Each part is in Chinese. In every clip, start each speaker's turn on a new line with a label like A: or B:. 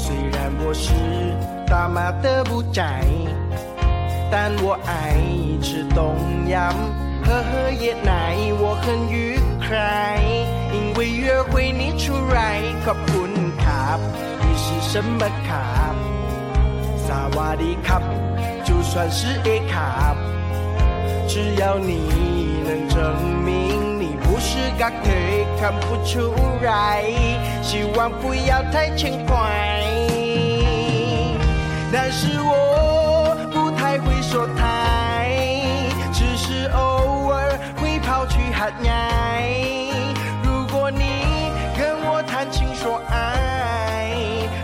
A: 我是大马的不宅，但我爱吃东阳，喝喝椰奶，我很愉快。因为约会你出来，ขอบคุณครับ 你是什么ครับ萨瓦迪卡，就算是 A 卡，只要你能证明你不是个 K，看不出来，希望不要太轻快。但是我不太会说台，只是偶尔会跑去喊爱。如果你跟我谈情说爱，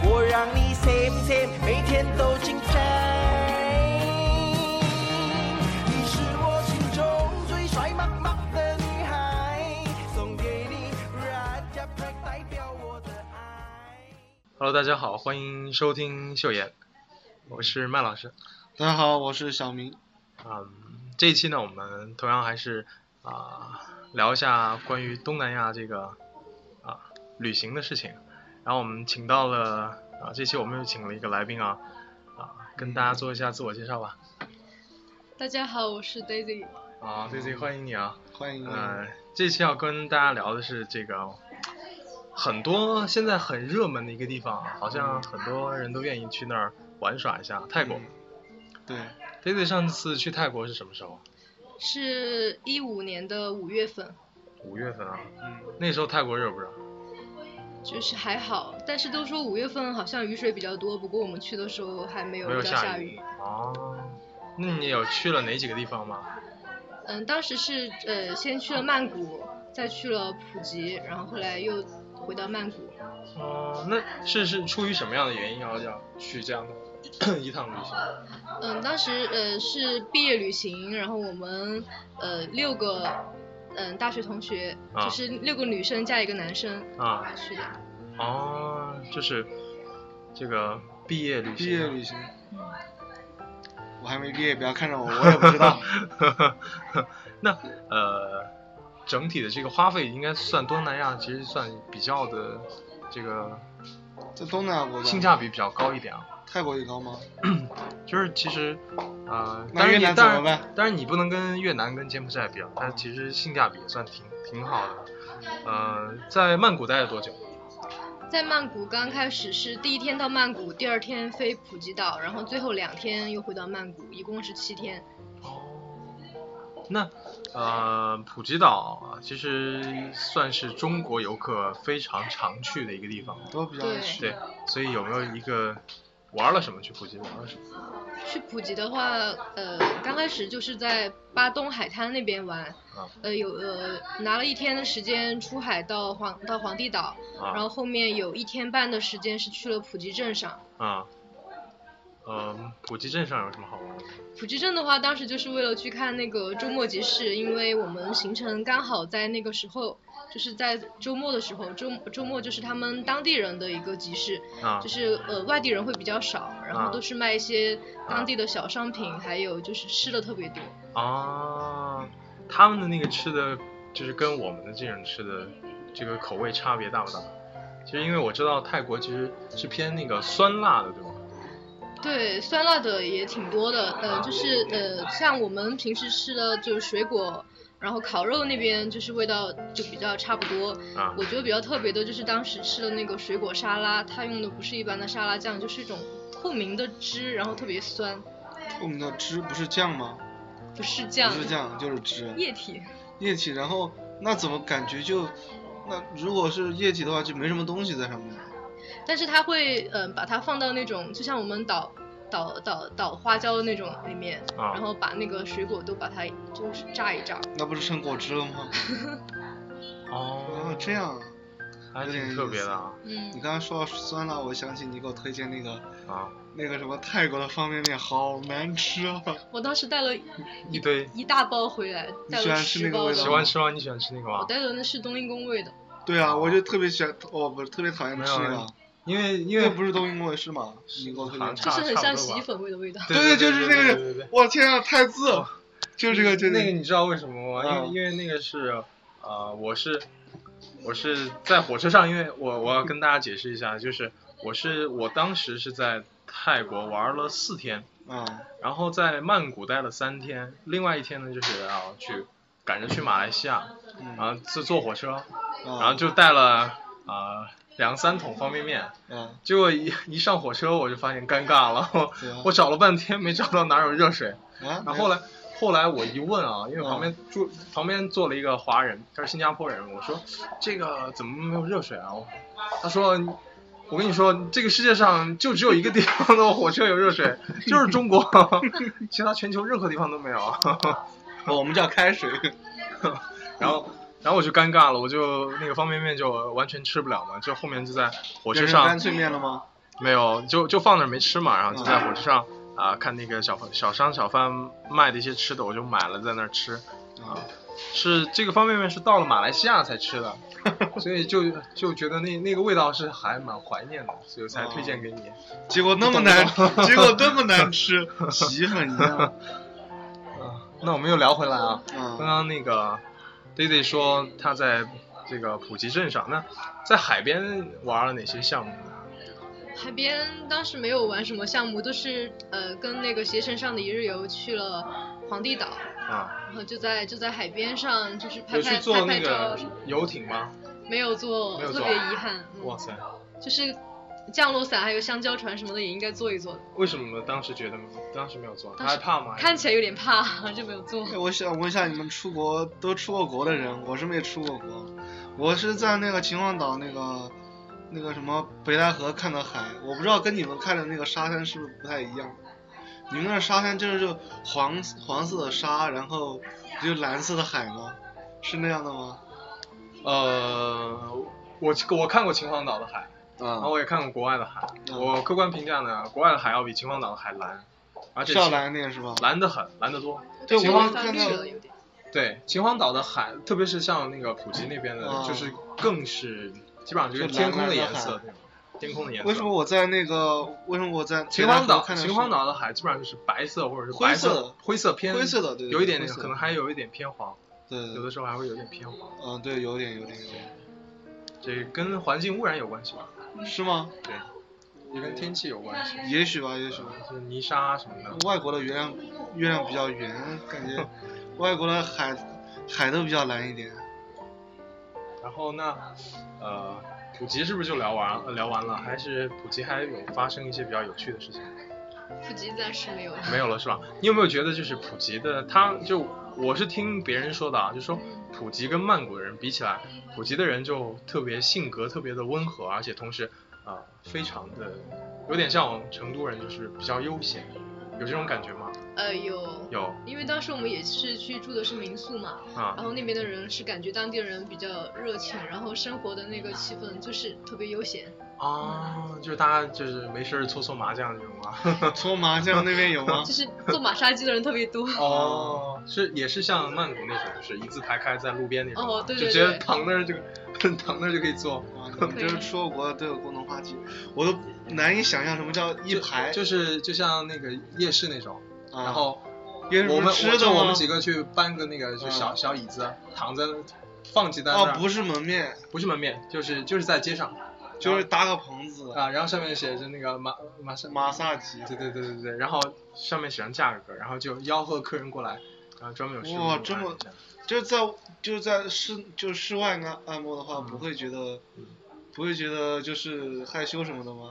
A: 我让你 same same 每天都精彩。你是我心中最帅妈妈的女孩，送给你 Red j a p 代表我的爱。
B: Hello，大家好，欢迎收听秀妍，我是麦老师。
C: 大家好，我是小明。
B: 嗯，这一期呢，我们同样还是啊、聊一下关于东南亚这个啊、旅行的事情。然后我们请到了啊、这期我们又请了一个来宾啊啊、跟大家做一下自我介绍吧。
D: 大家好，我是 Daisy。
B: 啊，Z Z，欢迎你啊。
C: 欢迎。
B: 呃，这期要跟大家聊的是这个，很多现在很热门的一个地方啊，好像很多人都愿意去那儿玩耍一下。泰国
C: 嗯对，
B: ，Daisy 上次去泰国是什么时候？啊
D: 是一五年的五月份，
B: 五月份啊，
C: 嗯，
B: 那时候泰国热不热？
D: 就是还好，但是都说五月份好像雨水比较多，不过我们去的时候还没有
B: 没有
D: 遇到
B: 下
D: 雨。
B: 哦，那你有去了哪几个地方吗？
D: 嗯，当时是呃先去了曼谷，再去了普吉，然后后来又回到曼谷。
B: 哦，那是是出于什么样的原因要要去这样的 一趟旅行？
D: 嗯，当时呃是毕业旅行，然后我们呃六个嗯、大学同学，
B: 啊
D: 就是六个女生加一个男生
B: 啊，
D: 去的。
B: 哦，就是这个毕业旅行啊。
C: 毕业旅行，我还没毕业，不要看着我，我也不知道。
B: 那呃，整体的这个花费应该算东南亚，其实算比较的这个
C: 在东南亚国家，
B: 性价比比较高一点啊。
C: 泰国也高吗？
B: 就是其实，呃，
C: 那
B: 当然
C: 越
B: 你
C: 南
B: 当
C: 怎么
B: 然
C: 办
B: 当然你不能跟越南跟柬埔寨比啊，但其实性价比也算挺挺好的。呃，在曼谷待了多久？
D: 在曼谷刚开始是第一天到曼谷，第二天飞普吉岛，然后最后两天又回到曼谷，一共是七天。
B: 那呃，普吉岛啊，其实算是中国游客非常常去的一个地方。
C: 都比较
D: 对
C: 去。
B: 对，所以有没有一个玩了什么去普吉玩了什么？
D: 去普吉的话，呃，刚开始就是在巴东海滩那边玩，
B: 啊
D: 呃，有呃拿了一天的时间出海到皇到皇帝岛，
B: 啊
D: 然后后面有一天半的时间是去了普吉镇上。
B: 啊，呃，普吉镇上有什么好玩的？
D: 普吉镇的话，当时就是为了去看那个周末集市，因为我们行程刚好在那个时候，就是在周末的时候，周周末就是他们当地人的一个集市，
B: 啊
D: 就是呃外地人会比较少，然
B: 啊
D: 后都是卖一些当地的小商品，还有就是吃的特别多。
B: 啊，他们的那个吃的，就是跟我们的这种吃的，这个口味差别大不大？其实因为我知道泰国其实是偏那个酸辣的，对吧？
D: 对，酸辣的也挺多的，呃，就是呃像我们平时吃的就是水果。然后烤肉那边就是味道就比较差不多，
B: 啊
D: 我觉得比较特别的就是当时吃的那个水果沙拉，它用的不是一般的沙拉酱，就是一种透明的汁，然后特别酸，
C: 我们的汁不是酱吗？
D: 不是
C: 不
D: 酱，
C: 是酱，就是汁，
D: 液体。
C: 液体。然后那怎么感觉就，那如果是液体的话，就没什么东西在上面。
D: 但是它会嗯、呃把它放到那种就像我们捣捣捣捣花椒的那种里面，
B: 啊
D: 然后把那个水果都把它就是炸一炸。
C: 那不是成果汁了吗？啊，
B: 哦，
C: 这样啊。
B: 还挺特别的啊
D: 嗯
C: 你，刚刚说到酸辣，我想起你给我推荐那个
B: 啊，
C: 那个什么泰国的方便面，好难吃啊！
D: 我当时带了
B: 一堆。
D: 一大包回来，
C: 你
D: 带
C: 喜
D: 了
C: 欢吃
D: 十
C: 那个
D: 包
C: 味
B: 喜
C: 道
D: 的。
B: 欢吃吗？你喜欢吃那个
D: 我
B: 吗？
D: 带的那是冬阴功味的，
C: 对啊，我就特别喜欢，我不是特别讨厌吃那
B: 没
C: 个
B: 有，因为因为
C: 这不是冬阴功，是吗？你给我推
B: 好
C: 荐
B: 像。
D: 就是
B: 差不多吧
D: 很像洗衣粉味的味道。
B: 对
C: 对就是这
B: 对对对
C: 个
B: 对哦
C: 人。我天啊，太字，就是这个，就
B: 那个
C: 是
B: 你知道为什么吗？因为
C: 嗯
B: 啊因为那个是，呃，我是我是在火车上，因为我我要跟大家解释一下，就是我是我当时是在泰国玩了四天，
C: 啊
B: 然后在曼谷待了三天，另外一天呢就是啊去赶着去马来西亚，
C: 嗯
B: 啊坐坐火车，
C: 啊，
B: 然后就带了啊、两三桶方便面，
C: 啊
B: 结果一一上火车我就发现尴尬了，我
C: 对啊
B: 我找了半天没找到哪有热水，
C: 啊，
B: 然后后来后来我一问啊，因为旁
C: 嗯
B: 边住、旁边坐了一个华人，他是新加坡人，我说这个怎么没有热水啊？我他说我跟你说，这个世界上就只有一个地方的火车有热水，就是中国， 其他全球任何地方都没有。
C: 哦我们叫开水，
B: 然后然后我就尴尬了，我就那个方便面就完全吃不了嘛，就后面就在火车
C: 变成
B: 上
C: 干脆面了吗？
B: 没有，就就放那儿没吃嘛，然后就在
C: 嗯
B: 火车上啊、看那个小小商小贩卖的一些吃的，我就买了在那儿吃。啊，是这个方便面是到了马来西亚才吃的，所以就就觉得那那个味道是还蛮怀念的，所以才推荐给你。
C: 结果那么难，结果那么 难吃，洗衣粉一样。
B: 啊，那我们又聊回来啊，刚
C: 啊
B: 刚那个 d a d y 说他在这个普吉镇上，那在海边玩了哪些项目呢？
D: 海边当时没有玩什么项目，都是呃跟那个携程上的一日游去了皇帝岛，
B: 啊，
D: 然后就在就在海边上就是拍
B: 有去
D: 拍
B: 坐
D: 拍
B: 那
D: 拍
B: 个
D: 照，
B: 游艇吗？
D: 没有做，
B: 没有
D: 特
B: 做
D: 别遗憾。嗯、
B: 哇塞，
D: 就是降落伞还有香蕉船什么的也应该做一做，
B: 为什么当时觉得当时没有做？他
D: 当时
B: 害怕吗？
D: 看起来有点怕就没有 做。
C: 哎我想问一下，你们出国都出过国的人，我是没出过国，我是在那个秦皇岛那个那个什么北戴河看的海，我不知道跟你们看的那个沙滩是不是不太一样。你们那沙滩就是就黄黄色的沙，然后不就蓝色的海吗？是那样的吗？
B: 呃，我我看过秦皇岛的海。然后
C: 啊，
B: 我也看过国外的海，
C: 嗯
B: 我客观评价呢，国外的海要比秦皇岛的海蓝，而且
C: 是要蓝点是吧？
B: 啊蓝的很，蓝得多。
C: 对
B: 秦
C: 我
B: 皇
C: 们看到
D: 了有点。
B: 对秦皇岛的海，特别是像那个普吉那边的，
C: 嗯
B: 就是更是基本上就是
C: 就
B: 天
C: 蓝
B: 空的颜
C: 蓝
B: 色
C: 的，
B: 对吗？天空的颜色。
C: 为什么我在那个为什么我在
B: 秦皇
C: 北戴
B: 岛
C: 河看的是
B: 秦皇岛的海基本上就是白色或者是
C: 灰
B: 白
C: 色
B: 色
C: 的
B: 灰色偏
C: 灰色的对对
B: 有一点
C: 灰色的嗯
B: 可能还有一点偏黄，
C: 对对
B: 有
C: 对
B: 的时候还会有点偏黄，
C: 嗯对有点有点有点
B: 这跟环境污染有关系吧？
C: 是吗？
B: 对，也跟天气有关系，
C: 也许吧也许吧。
B: 就是泥沙什么的。
C: 外国的月亮月亮比较圆，感 觉外国的海海都比较蓝一点。
B: 然后那，呃，普吉是不是就聊完呃聊完了？还是普吉还有发生一些比较有趣的事情？
D: 普吉暂时没有。
B: 没有了是吧？你有没有觉得就是普吉的，他就我是听别人说的啊，就说普吉跟曼谷的人比起来，普吉的人就特别性格特别的温和，而且同时啊、呃非常的有点像我们成都人，就是比较悠闲，有这种感觉吗？
D: 呃，有。
B: 有
D: 因为当时我们也是去住的是民宿嘛，
B: 啊
D: 然后那边的人是感觉当地人比较热情，然后生活的那个气氛就是特别悠闲。
B: 啊，就是大家就是没事儿搓搓麻将这种啊。
C: 搓麻将那边 有吗
D: 就？是做马杀鸡的人特 别多。
B: 哦，是也是像曼谷那种，就是一字排开在路边那种吗，啊
D: 哦对对
B: 就直接躺那儿就 躺那儿就可以坐，
C: 哇，你们这是出国都有共同话题，我都难以想象什么叫一排。
B: 就就是就像那个夜市那种，
C: 啊
B: 然后
C: 也
B: 我们
C: 吃
B: 我
C: 的
B: 就
C: 吗
B: 我们几个去搬个那个就小、
C: 嗯
B: 小椅子，躺在放几单
C: 哦，不
B: 是
C: 是门面，
B: 不是门面，就是就是在街上，
C: 就是搭个棚子，
B: 啊，然后上面写着那个马马上
C: 嗯马萨吉。
B: 对对对对对，然后上面写上价格，然后就吆喝客人过来，然后专门有师傅过
C: 哇
B: 来
C: 这么
B: 这样
C: 就在就在室就室外按按摩的话，
B: 嗯
C: 不会觉得不会觉得就是害羞什么的吗？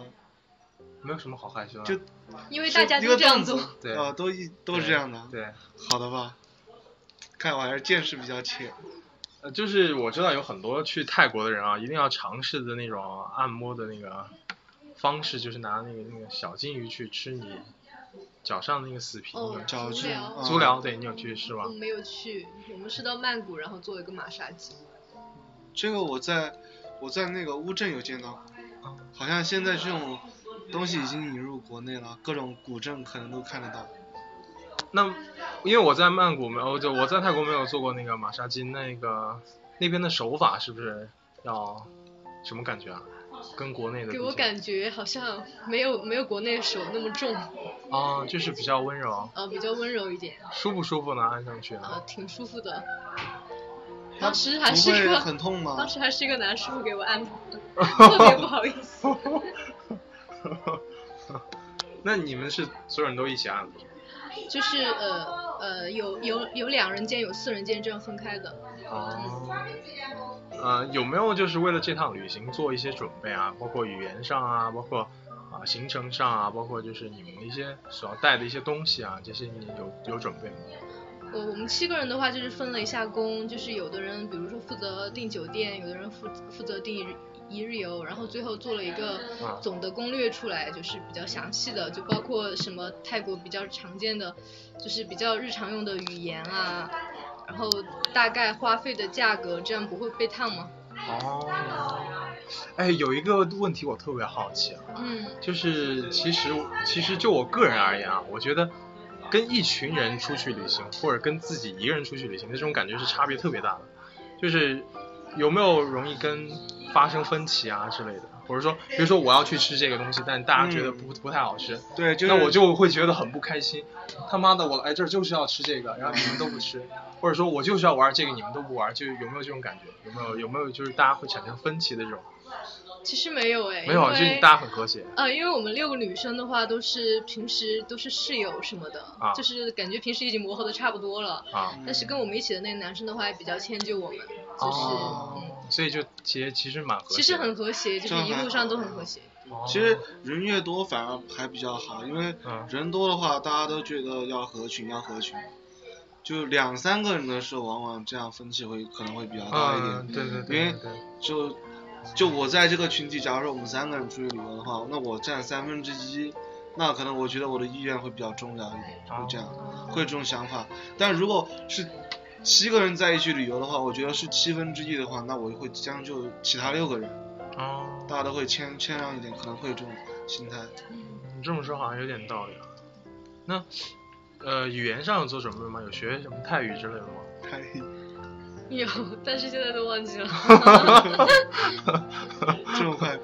B: 没有什么好害羞的，
C: 就
D: 因为大家
C: 是一
D: 都
C: 个
D: 这样
C: 段子
D: 做。
B: 啊对
C: 啊，都一都是这样的。
B: 对。
C: 好的吧？看我还是见识比较浅。
B: 呃，就是我知道有很多去泰国的人啊，一定要尝试的那种按摩的那个方式，就是拿那个那个小金鱼去吃你脚上的那个死皮。
D: 哦嗯
B: 脚
C: 脚
D: 足
C: 趾
D: 疗
C: 啊
B: 足疗，对你有去试吗
D: 我？们没有去，我们是到曼谷，然后做一个马杀鸡。
C: 这个我在我在那个乌镇有见到过，好像现在这种东西已经引入国内了，各种古镇可能都看得到。
B: 那因为我在曼谷没有，就我在泰国没有做过那个马杀鸡，那个那边的手法是不是要什么感觉啊？跟国内的
D: 给
B: 不
D: 我
B: 同
D: 感觉好像没有没有国内手那么重，
B: 啊，就是比较温柔，
D: 呃，比较温柔一点，
B: 舒不舒服呢？按上去
D: 呃
B: 呢，？
D: 挺舒服的。当时还
C: 不
D: 是一
C: 会
D: 个，
C: 很痛啊吗
D: 当？时还是一个男师傅给我安排 的，特别不好意思。
B: 那你们是所有人都一起按吗？
D: 就是呃呃，有有有两人间，有四人间这样分开的。
B: 哦，呃，有没有就是为了这趟旅行做一些准备啊？包括语言上啊，包括啊、行程上啊，包括就是你们的一些所要带的一些东西啊，这些你有有准备吗？
D: 我我们七个人的话，就是分了一下工，就是有的人比如说负责订酒店，有的人负负责订一日一日游，然后最后做了一个
B: 啊
D: 总的攻略出来，就是比较详细的，就包括什么泰国比较常见的，就是比较日常用的语言啊，然后大概花费的价格，这样不会被烫吗？
B: 哦，哎，有一个问题我特别好奇啊，
D: 嗯，
B: 就是其实其实就我个人而言啊，我觉得跟一群人出去旅行，或者跟自己一个人出去旅行，这种感觉是差别特别大的。就是有没有容易跟发生分歧啊之类的，或者说，比如说我要去吃这个东西，但大家觉得不、不太好吃，
C: 对，嗯就是
B: 那我就会觉得很不开心。他妈的，我来这儿就是要吃这个，然后你们都不吃，或者说我就是要玩这个，你们都不玩，就有没有这种感觉？有没有有没有就是大家会产生分歧的这种？
D: 其实没有哎，
B: 没有，啊
D: 因
B: 就
D: 为
B: 是大家很和谐。
D: 呃，因为我们六个女生的话，都是平时都是室友什么的，
B: 啊
D: 就是感觉平时已经磨合的差不多了。
B: 啊，
D: 但是跟我们一起的那个男生的话，也比较迁就我们，就是、嗯，
B: 哦，所以就其实其实蛮和谐的，
D: 其实很和谐，就是
C: 这样
D: 一
C: 还
D: 路上都很和谐。
B: 哦
C: 其实人越多反而还比较好，因为
B: 嗯
C: 人多的话，大家都觉得要合群，要合群。就两三个人的时候，往往这样分歧会可能会比较大一
B: 嗯，
C: 点。
B: 对对对
C: 因为
B: 对对，
C: 就就我在这个群体，假如说我们三个人出去旅游的话，那我占三分之一，那可能我觉得我的意愿会比较重要一点，会这样，
B: 啊
C: 会有这种想法。但如果是七个人在一起旅游的话，我觉得是七分之一的话，那我会将就其他六个人，
B: 哦，
C: 大家都会谦谦让一点，可能会有这种心态。
B: 你这么说好像有点道理啊。那呃，语言上有做准备吗？有学什么泰语之类的吗？
C: 太
D: 有，但是现在都忘记了。
C: 这么快，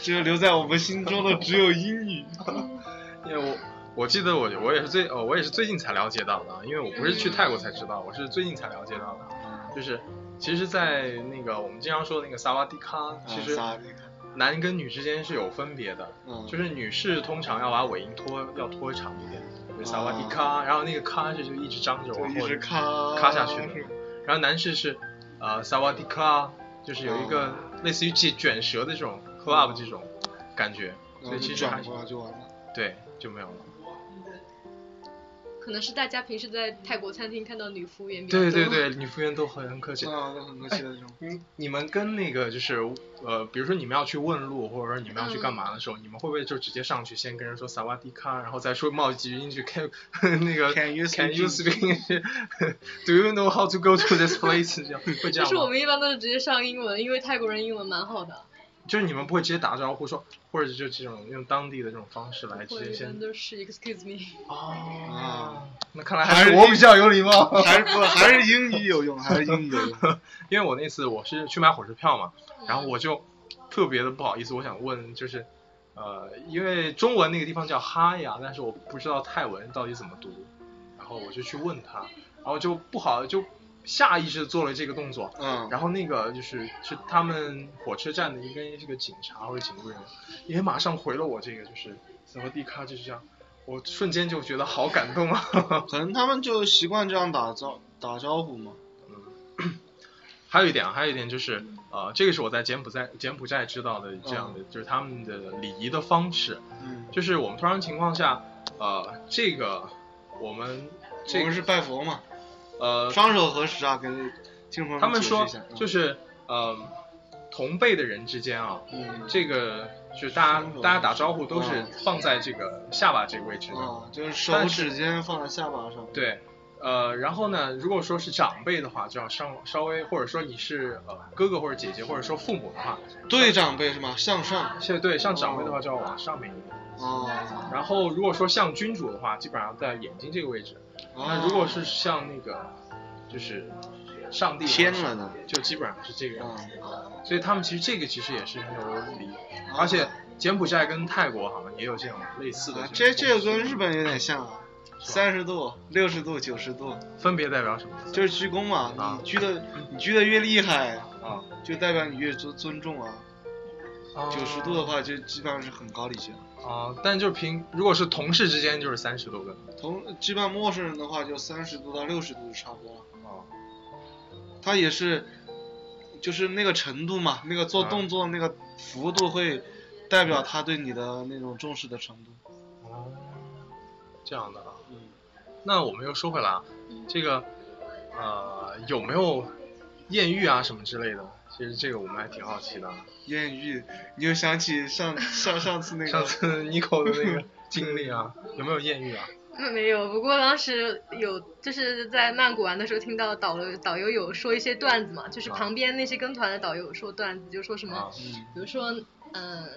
C: 就留在我们心中的只有英语。
B: 因为我我记得我我也是最哦，我也是最近才了解到的，啊，因为我不是去泰国才知道，我是最近才了解到的。啊就是其实，在那个我们经常说的那个嗯萨瓦迪卡，其实
C: 啊萨瓦迪卡
B: 男跟女之间是有分别的，
C: 嗯，
B: 就是女士通常要把尾音拖要拖长一点，就萨瓦迪卡，然后那个咔是就一直张着
C: 哦就
B: 往
C: 一
B: 后
C: 直咔
B: 咔下去的
C: 是吧，
B: 然后男士是呃萨瓦迪卡，就是有一
C: 哦
B: 个类似于卷卷舌的这种 club 这种感觉，
C: 然
B: 所以
C: 后哦就
B: 其实还
C: 转
B: 是
C: 过来就完了。
B: 对就没有了。
D: 可能是大家平时在泰国餐厅看到女服务员比较
B: 对
D: 多。
B: 对对，女服务员都很客气。
C: 啊，我很客气的这种。
B: 你嗯你们跟那个就是呃，比如说你们要去问路，或者说你们要去干
D: 嗯
B: 嘛的时候，你们会不会就直接上去先跟人说萨瓦迪卡，然后再说冒几句英语，Can 那个
C: Can you
B: Can you
C: speak
B: speak English？Do you know how to go to this place？这样会这
D: 就
B: 样
D: 是我
B: 吗？
D: 们一般都是直接上英文，因为泰国人英文蛮好的，
B: 就是你们不会直接打招呼说，或者就这种用当地的这种方式来直
D: 我
B: 接
D: 一般
B: 先
D: 都是 Excuse me。
B: 哦
C: 啊，
B: 那看来
C: 还
B: 还是
C: 是
B: 我
C: 英
B: 比较有礼貌。
C: 还是不还是英语有用，还是英语有用。
B: 因为我那次我是去买火车票嘛，然后我就特别的不好意思，我想问就是，呃，因为中文那个地方叫哈呀，但是我不知道泰文到底怎么读，然后我就去问他，然后就不好就下意识地做了这个动作，
C: 嗯，
B: 然后那个就是是他们火车站的应该是个警察或者警务人员，也马上回了我这个就是怎么地咔就是这样，我瞬间就觉得好感动啊。
C: 可能他们就习惯这样打招打招呼嘛。
B: 还有一点啊，还有一点就是，
C: 嗯
B: 呃，这个是我在柬埔寨柬埔寨知道的这样的，就是他们的礼仪的方式，
C: 嗯，
B: 就是我们通常情况下，呃，这个我们
C: 我
B: 这
C: 们
B: 个
C: 是拜佛嘛，
B: 呃，
C: 双手合十啊，给听众朋友
B: 他们
C: 解释
B: 说
C: 一下嗯
B: 就是呃，同辈的人之间啊，
C: 嗯，
B: 这个就是大家大家打招呼都是放在这个下巴这个位置的，
C: 啊，就是手指尖放在下巴上。
B: 对，呃，然后呢，如果说是长辈的话，就要稍稍微，或者说你是呃哥哥或者姐姐，或者说父母的话，
C: 对长辈是吗？向上。
B: 现在对像长辈的话就要往上面一点。
C: 哦。
B: 然后如果说像君主的话，基本上在眼睛这个位置。
C: 哦啊
B: 那如果是像那个就是上帝的话
C: 天了呢，
B: 就基本上是这个样
C: 啊
B: 子。所以他们其实这个其实也是很有礼，
C: 哦
B: 而且柬埔寨跟泰国好像也有这种类似的
C: 啊，这
B: 种
C: 这个跟日本有点像啊，
B: 是吧
C: 三十度、六十度、九十度，
B: 分别代表什么？
C: 就是鞠躬嘛
B: 啊。
C: 你鞠 的你鞠的越厉害，
B: 啊，
C: 就代表你越尊尊重啊。
B: 啊
C: 九十度的话，就基本上是很高礼节了。
B: 啊，但就是平，如果是同事之间就是三十度的
C: 同基本上陌生人的话，就三十度到六十度就差不多了。
B: 啊
C: 他也是，就是那个程度嘛，那个做
B: 啊
C: 动作那个幅度会代表他对你的那种重视的程度。
B: 哦，这样的啊。
C: 嗯，
B: 那我们又说回来啊，这个呃有没有艳遇啊什么之类的？其实这个我们还挺好奇的。啊
C: 艳遇，你又想起 上上上次那
B: 上
C: 个，
B: 次 Nico 的那个经历啊，有没有艳遇啊？
D: 嗯没有，不过当时有就是在曼谷玩的时候，听到导游导游有说一些段子嘛，就是
B: 啊
D: 旁边那些跟团的导游有说段子，就说什么，
B: 啊，
C: 嗯，
D: 比如说，嗯，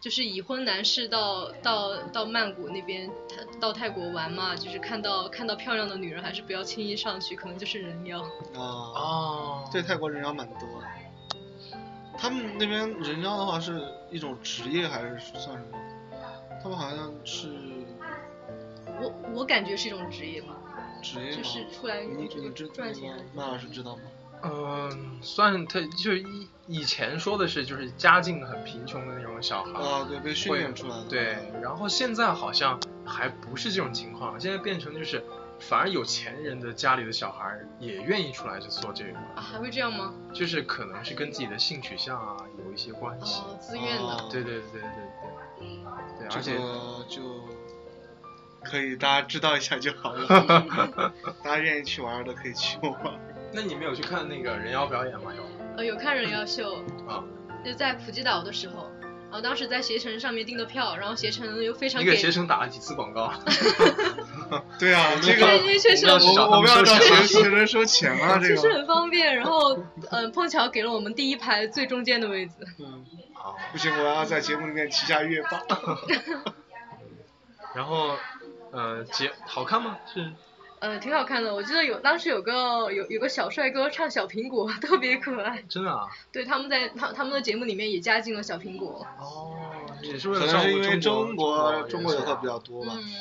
D: 就是已婚男士到到到曼谷那边，他到泰国玩嘛，就是看到看到漂亮的女人，还是不要轻易上去，可能就是人妖。
C: 啊，
B: 哦
C: 对，泰国人妖蛮多的。他们那边人妖的话是一种职业还是算什么？他们好像是
D: 我我感觉是一种职业吧，
C: 职业吗？
D: 就是出来
C: 你
D: 就
C: 你知
D: 是赚钱。
C: 那老师知道吗？
B: 嗯，算他就以以前说的是就是家境很贫穷的那种小孩，
C: 啊，对，被训
B: 会
C: 练出来的。
B: 对，然后现在好像还不是这种情况，现在变成就是反而有钱人的家里的小孩儿也愿意出来去做这个，
D: 啊，还会这样吗？
B: 就是可能是跟自己的性取向啊有一些关系。
D: 哦，自愿的。
C: 哦
B: 对对对对对对，对，而
C: 这
B: 且
C: 个就可以大家知道一下就 好了。大家愿意去玩儿的可以去玩。
B: 那你们有去看那个人妖表演吗？有
D: 呃，有看人妖秀，
B: 啊，
D: 就在普吉岛的时候，然后当时在携程上面订的票，然后携程又非常
B: 你
D: 给
B: 给携程打了几次广 告？
C: 对啊，这
D: 因
C: 个
D: 为因为携程
B: 我们要去找
C: 我我们
B: 他
C: 要找
B: 们收
C: 学
B: 钱
C: 学生收钱啊，这
D: 其实
C: 个。
D: 很方便，然后嗯，碰巧给了我们第一排最中间的位置。
C: 嗯，
B: 啊，
C: 不行，我要在节目里面旗下月 霸。
B: 然后呃，节好看吗？是
D: 呃，挺好看的，我记得有当时有个有有个小帅哥唱小苹果， 特别可爱。
B: 真的啊？
D: 对，他们在他他们的节目里面也加进了小苹果。
B: 哦，也是为
C: 可
B: 了
C: 能
B: 照
C: 是
B: 顾
C: 因为
B: 中
C: 国
B: 中
C: 中国游
B: 人士
C: 客
B: 啊
C: 比较多吧。
D: 嗯，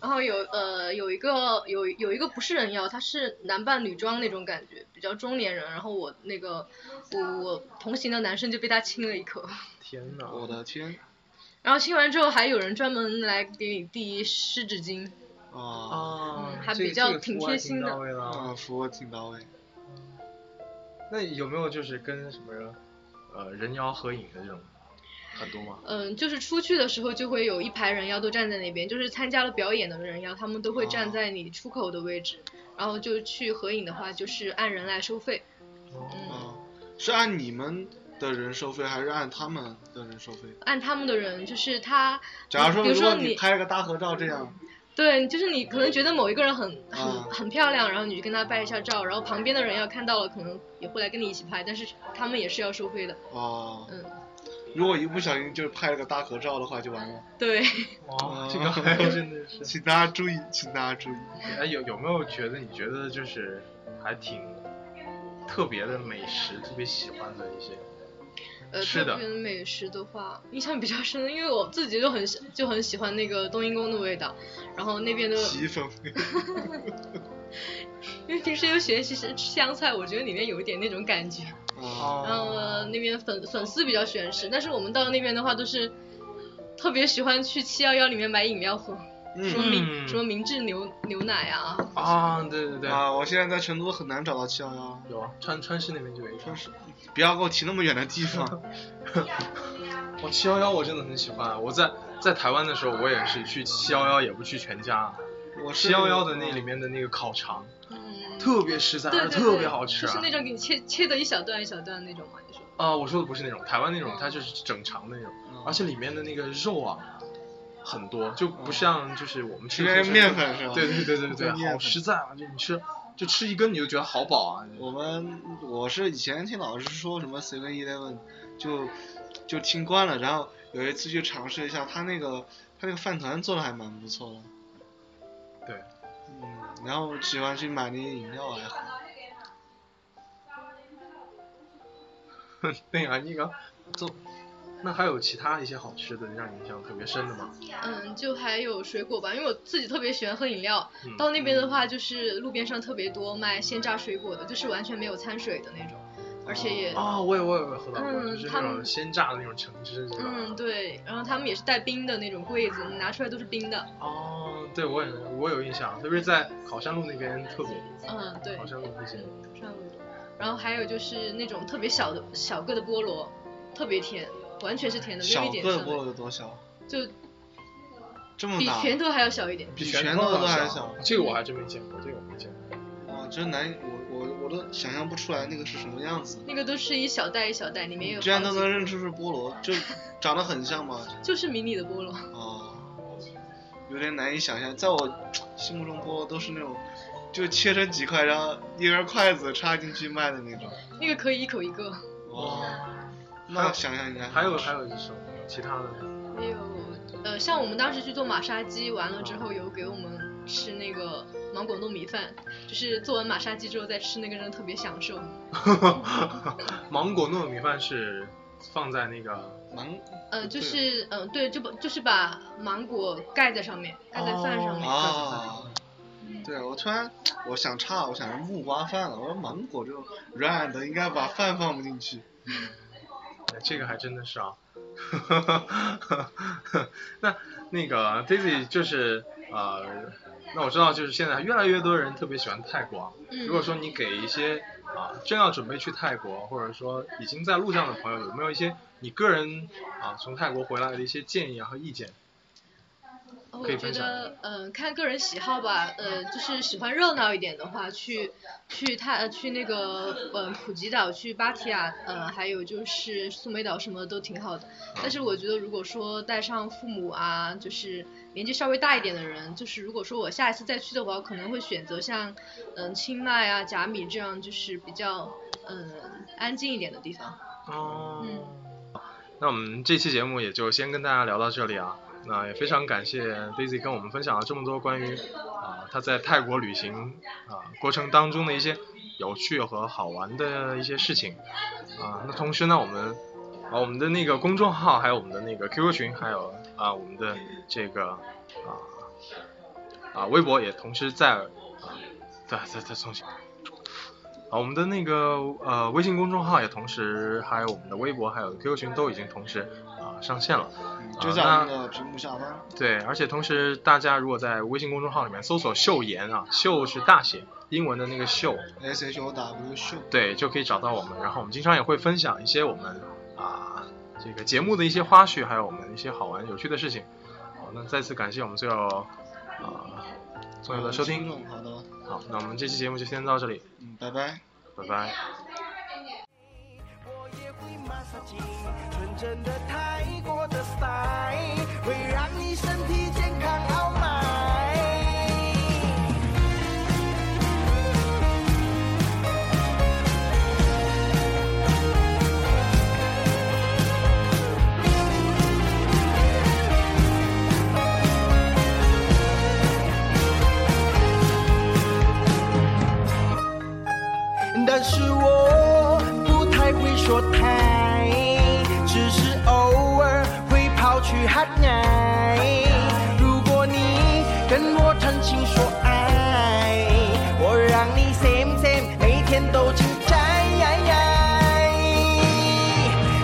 D: 然后有呃有一个有有一个不是人妖，他是男扮女装那种感觉，比较中年人。然后我那个我我同行的男生就被他亲了一口，
B: 天
D: 嗯
B: 哪！
C: 我的天
D: 然后亲完之后还有人专门来给你递湿纸巾。
C: 啊！
B: 啊
D: 嗯，还
B: 这
D: 比较
B: 这个
D: 挺
B: 服务
D: 贴
B: 还
D: 心的
B: 到位的啊。
C: 啊，服务挺到位。
B: 那有没有就是跟什么人呃人妖合影的这种很多吗？
D: 嗯，就是出去的时候就会有一排人妖都站在那边，就是参加了表演的人妖，他们都会
B: 哦
D: 站在你出口的位置，然后就去合影的话，就是按人来收费。
B: 哦
D: 嗯，
C: 啊，是按你们的人收费，还是按他们的人收费？
D: 按他们的人，就是他，
C: 假如说，
D: 比如
C: 如果
D: 说
C: 你
D: 你，
C: 拍了个大合照这样，
D: 对，就是你可能觉得某一个人很很、
B: 哦
C: 啊
D: 很漂亮，然后你就跟他拍一下照，然后旁边的人要看到了，可能也会来跟你一起拍，但是他们也是要收费的。
C: 哦，
D: 嗯，
C: 如果一不小心就是拍了个大合照的话，就完了。
D: 对，
B: 哇，这个还哦真的是。
C: 请大家注意，请大家注意。
B: 哎，有有没有觉得你觉得就是还挺特别的美食，特别喜欢的一些？
D: 呃，
B: 是
D: 特
B: 的
D: 别美食的话，印象比较深，因为我自己就很喜就很喜欢那个冬阴功的味道，然后那边的
C: 洗衣粉，
D: 因为平时又学习吃香菜，我觉得里面有一点那种感觉。
C: 啊，
B: 哦
D: 然后呃那边粉粉丝比较喜欢吃，但是我们到那边的话都是特别喜欢去七幺幺里面买饮料喝，什么
C: 嗯
D: 明
B: 嗯
D: 什么明治牛牛奶啊，
B: 啊，对对对，
C: 啊，我现在在成都很难找到七幺幺，
B: 有啊，川川市那边就有一个
C: 真。是不要给我提那么远的地方。
B: 我七幺幺我真的很喜欢，啊我在在台湾的时候我也是去七幺幺，也不去全家，啊
C: 我是
B: 七幺幺的那里，面的那个烤肠
D: 嗯，
B: 特别实在，
D: 对
B: 而
D: 对
B: 且
D: 对，
B: 特别好吃
D: 就
B: 啊
D: 是。那种给你切切的一小段一小段那种嘛，你说。
B: 啊，我说的不是那种台湾那种，它
C: 嗯
B: 就是整肠的那种，而且里面的那个肉啊很多，就不像就是我们
C: 嗯
B: 吃
C: 吃
B: 的
C: 面面粉是吧？
B: 对对对对对，
C: 面粉
B: 好实在啊！就你吃，就吃一根你就觉得好饱啊！
C: 我们我是以前听老师说什么 Seven Eleven，就就听惯了，然后有一次去尝试一下，他那个他那个饭团做的还蛮不错的。
B: 对，
C: 嗯，然后喜欢去买那些饮料啊来喝。
B: 那个你刚做那还有其他一些好吃的让你印象特别深的吗？
D: 嗯，就还有水果吧，因为我自己特别喜欢喝饮料。
B: 嗯
D: 到那边的话，就是路边上特别多卖鲜榨水果的，就是完全没有掺水的那种，而且也，
B: 哦，我也我也我也喝到过，
D: 嗯
B: 就是那
D: 他们
B: 种鲜榨的那种橙汁，对吧？
D: 嗯，对。然后他们也是带冰的那种柜子，你拿出来都是冰的。
B: 哦，对，我也我有印象，特别是在考山路那边特别多，
D: 嗯，对
B: 考，山路附近。
D: 上午。然后还有就是那种特别小的小个的菠萝，特别甜，完全是甜的，没有
C: 小
D: 一点
C: 个的
D: 酸
C: 菠
D: 味，
C: 萝有多小？
D: 就
C: 这么
D: 比
C: 大？
D: 拳头还要小一点。
C: 比
B: 拳
C: 拳头
B: 都
C: 都还
B: 小
C: 小，
B: 这个我还真没见过，这个我没见过。
C: 哇，啊真难，我我我都想象不出来那个是什么样子。
D: 那个都是一小袋一小袋，里面有
C: 居然都
D: 好几
C: 能认出是菠萝，就长得很像嘛。
D: 就是迷你的菠萝。
C: 哦，有点难以想象，在我心目中菠萝都是那种，就切成几块，然后一根筷子插进去卖的那种。
D: 那个可以一口一个，
C: 哇，那想象应该
B: 哦还有还
C: 还
B: 有就是其他的，
D: 还有呃，像我们当时去做马杀鸡，完了之后有给我们吃那个芒果糯米饭，就是做完马杀鸡之后再吃那个，真的特别享受。
B: 芒果糯米饭是放在那个
C: 蛮
D: 呃，
B: 啊
D: 就是嗯、呃对，就把就是把芒果盖在上面，盖在饭上
B: 哦
D: 面。
C: 啊。对，我突然我想岔，我想是木瓜饭了。我说芒果这种软软的，应该把饭放不进去。
B: 哎这个还真的是啊。 那那个啊 Daisy 就是呃，那我知道就是现在越来越多人特别喜欢泰国啊。
D: 嗯，
B: 如果说你给一些啊正要准备去泰国，或者说已经在路上的朋友，有没有一些你个人啊从泰国回来的一些建议啊和意见？
D: 哦
B: 可以
D: 我觉
B: 分享
D: 得，嗯、看个人喜好吧，呃，就是喜欢热闹一点的话，去去泰呃去那个呃普吉岛、去芭提雅，呃，还有就是苏梅岛什么都挺好的。
B: 嗯
D: 但是我觉得，如果说带上父母啊，就是年纪稍微大一点的人，就是如果说我下一次再去的话，我可能会选择像嗯、清迈啊、甲米这样，就是比较嗯、安静一点的地方。
B: 哦
D: 嗯
B: 那我们这期节目也就先跟大家聊到这里啊。那也非常感谢 Daisy 跟我们分享了这么多关于啊她在泰国旅行啊过程当中的一些有趣和好玩的一些事情啊。那同时呢，我们啊我们的那个公众号，还有我们的那个 QQ 群，还有啊我们的这个啊啊微博也同时在啊再再再重新。啊，我们的那个呃微信公众号也同时，还有我们的微博，还有 QQ 群都已经同时啊、上线了。
C: 嗯
B: 啊
C: 就在
B: 那
C: 我们的屏幕下方。
B: 对，而且同时大家如果在微信公众号里面搜索“秀妍”啊，秀是大写，英文的那个秀，
C: S H O W 秀。
B: 对，就可以找到我们。然后我们经常也会分享一些我们啊这个节目的一些花絮，还有我们一些好玩有趣的事情。好，那再次感谢我们所有啊所有的收听。
C: 好的，
B: 好，那我们这期节目就先到这里，
C: 嗯，拜拜。
B: 拜拜。
A: 我也会马杀鸡，纯正的泰国的 style 会让你身体健康 all night。但是我不太会说泰，只是偶尔会跑去喊爱。如果你跟我谈情说爱，我让你 same same 每天都精彩。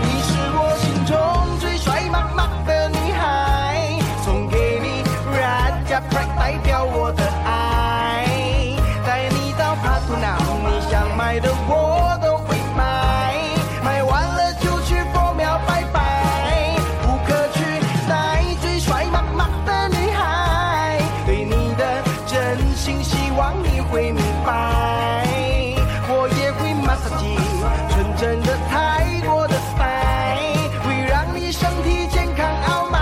A: 你是我心中最帅妈妈的女孩，送给你 Red j a p r a 代表我的爱，带你到帕图瑙，你想买的我都会买，买完了就去佛庙拜拜，不可取代最帅妈妈的女孩，对你的真心希望你会明白，我也会马杀鸡，纯真的泰国的 style，会让你身体健康哦哎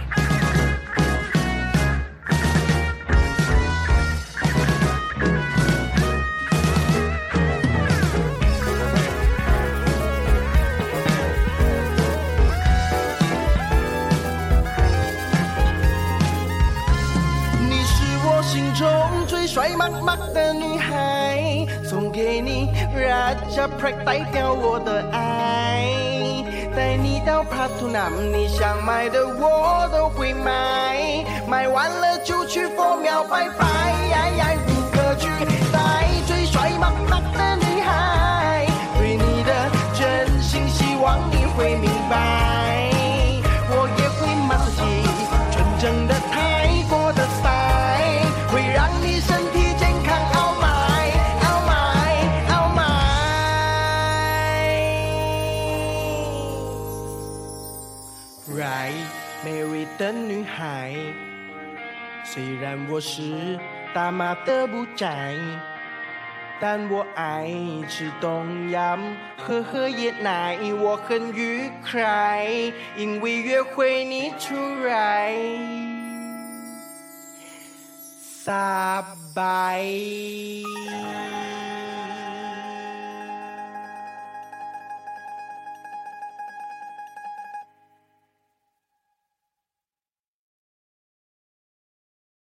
A: all night。你是我心中最帅妈妈的女孩，送给你 r 他จะพรักไตเที่ยว我的爱，带你到帕图南，你想买的我都会买，买完了就去佛庙拜拜，不可取代，最帅妈妈的女孩，对你的真心希望你会明白，我也会骂自己，纯正的泰国的 style，会让你身体健康，Oh my，Oh my，Oh my。Right，美味的女孩，虽然我是大马的不宅，但我爱吃东阳，喝喝椰奶，我很愉快，因为约会你出来。撒拜。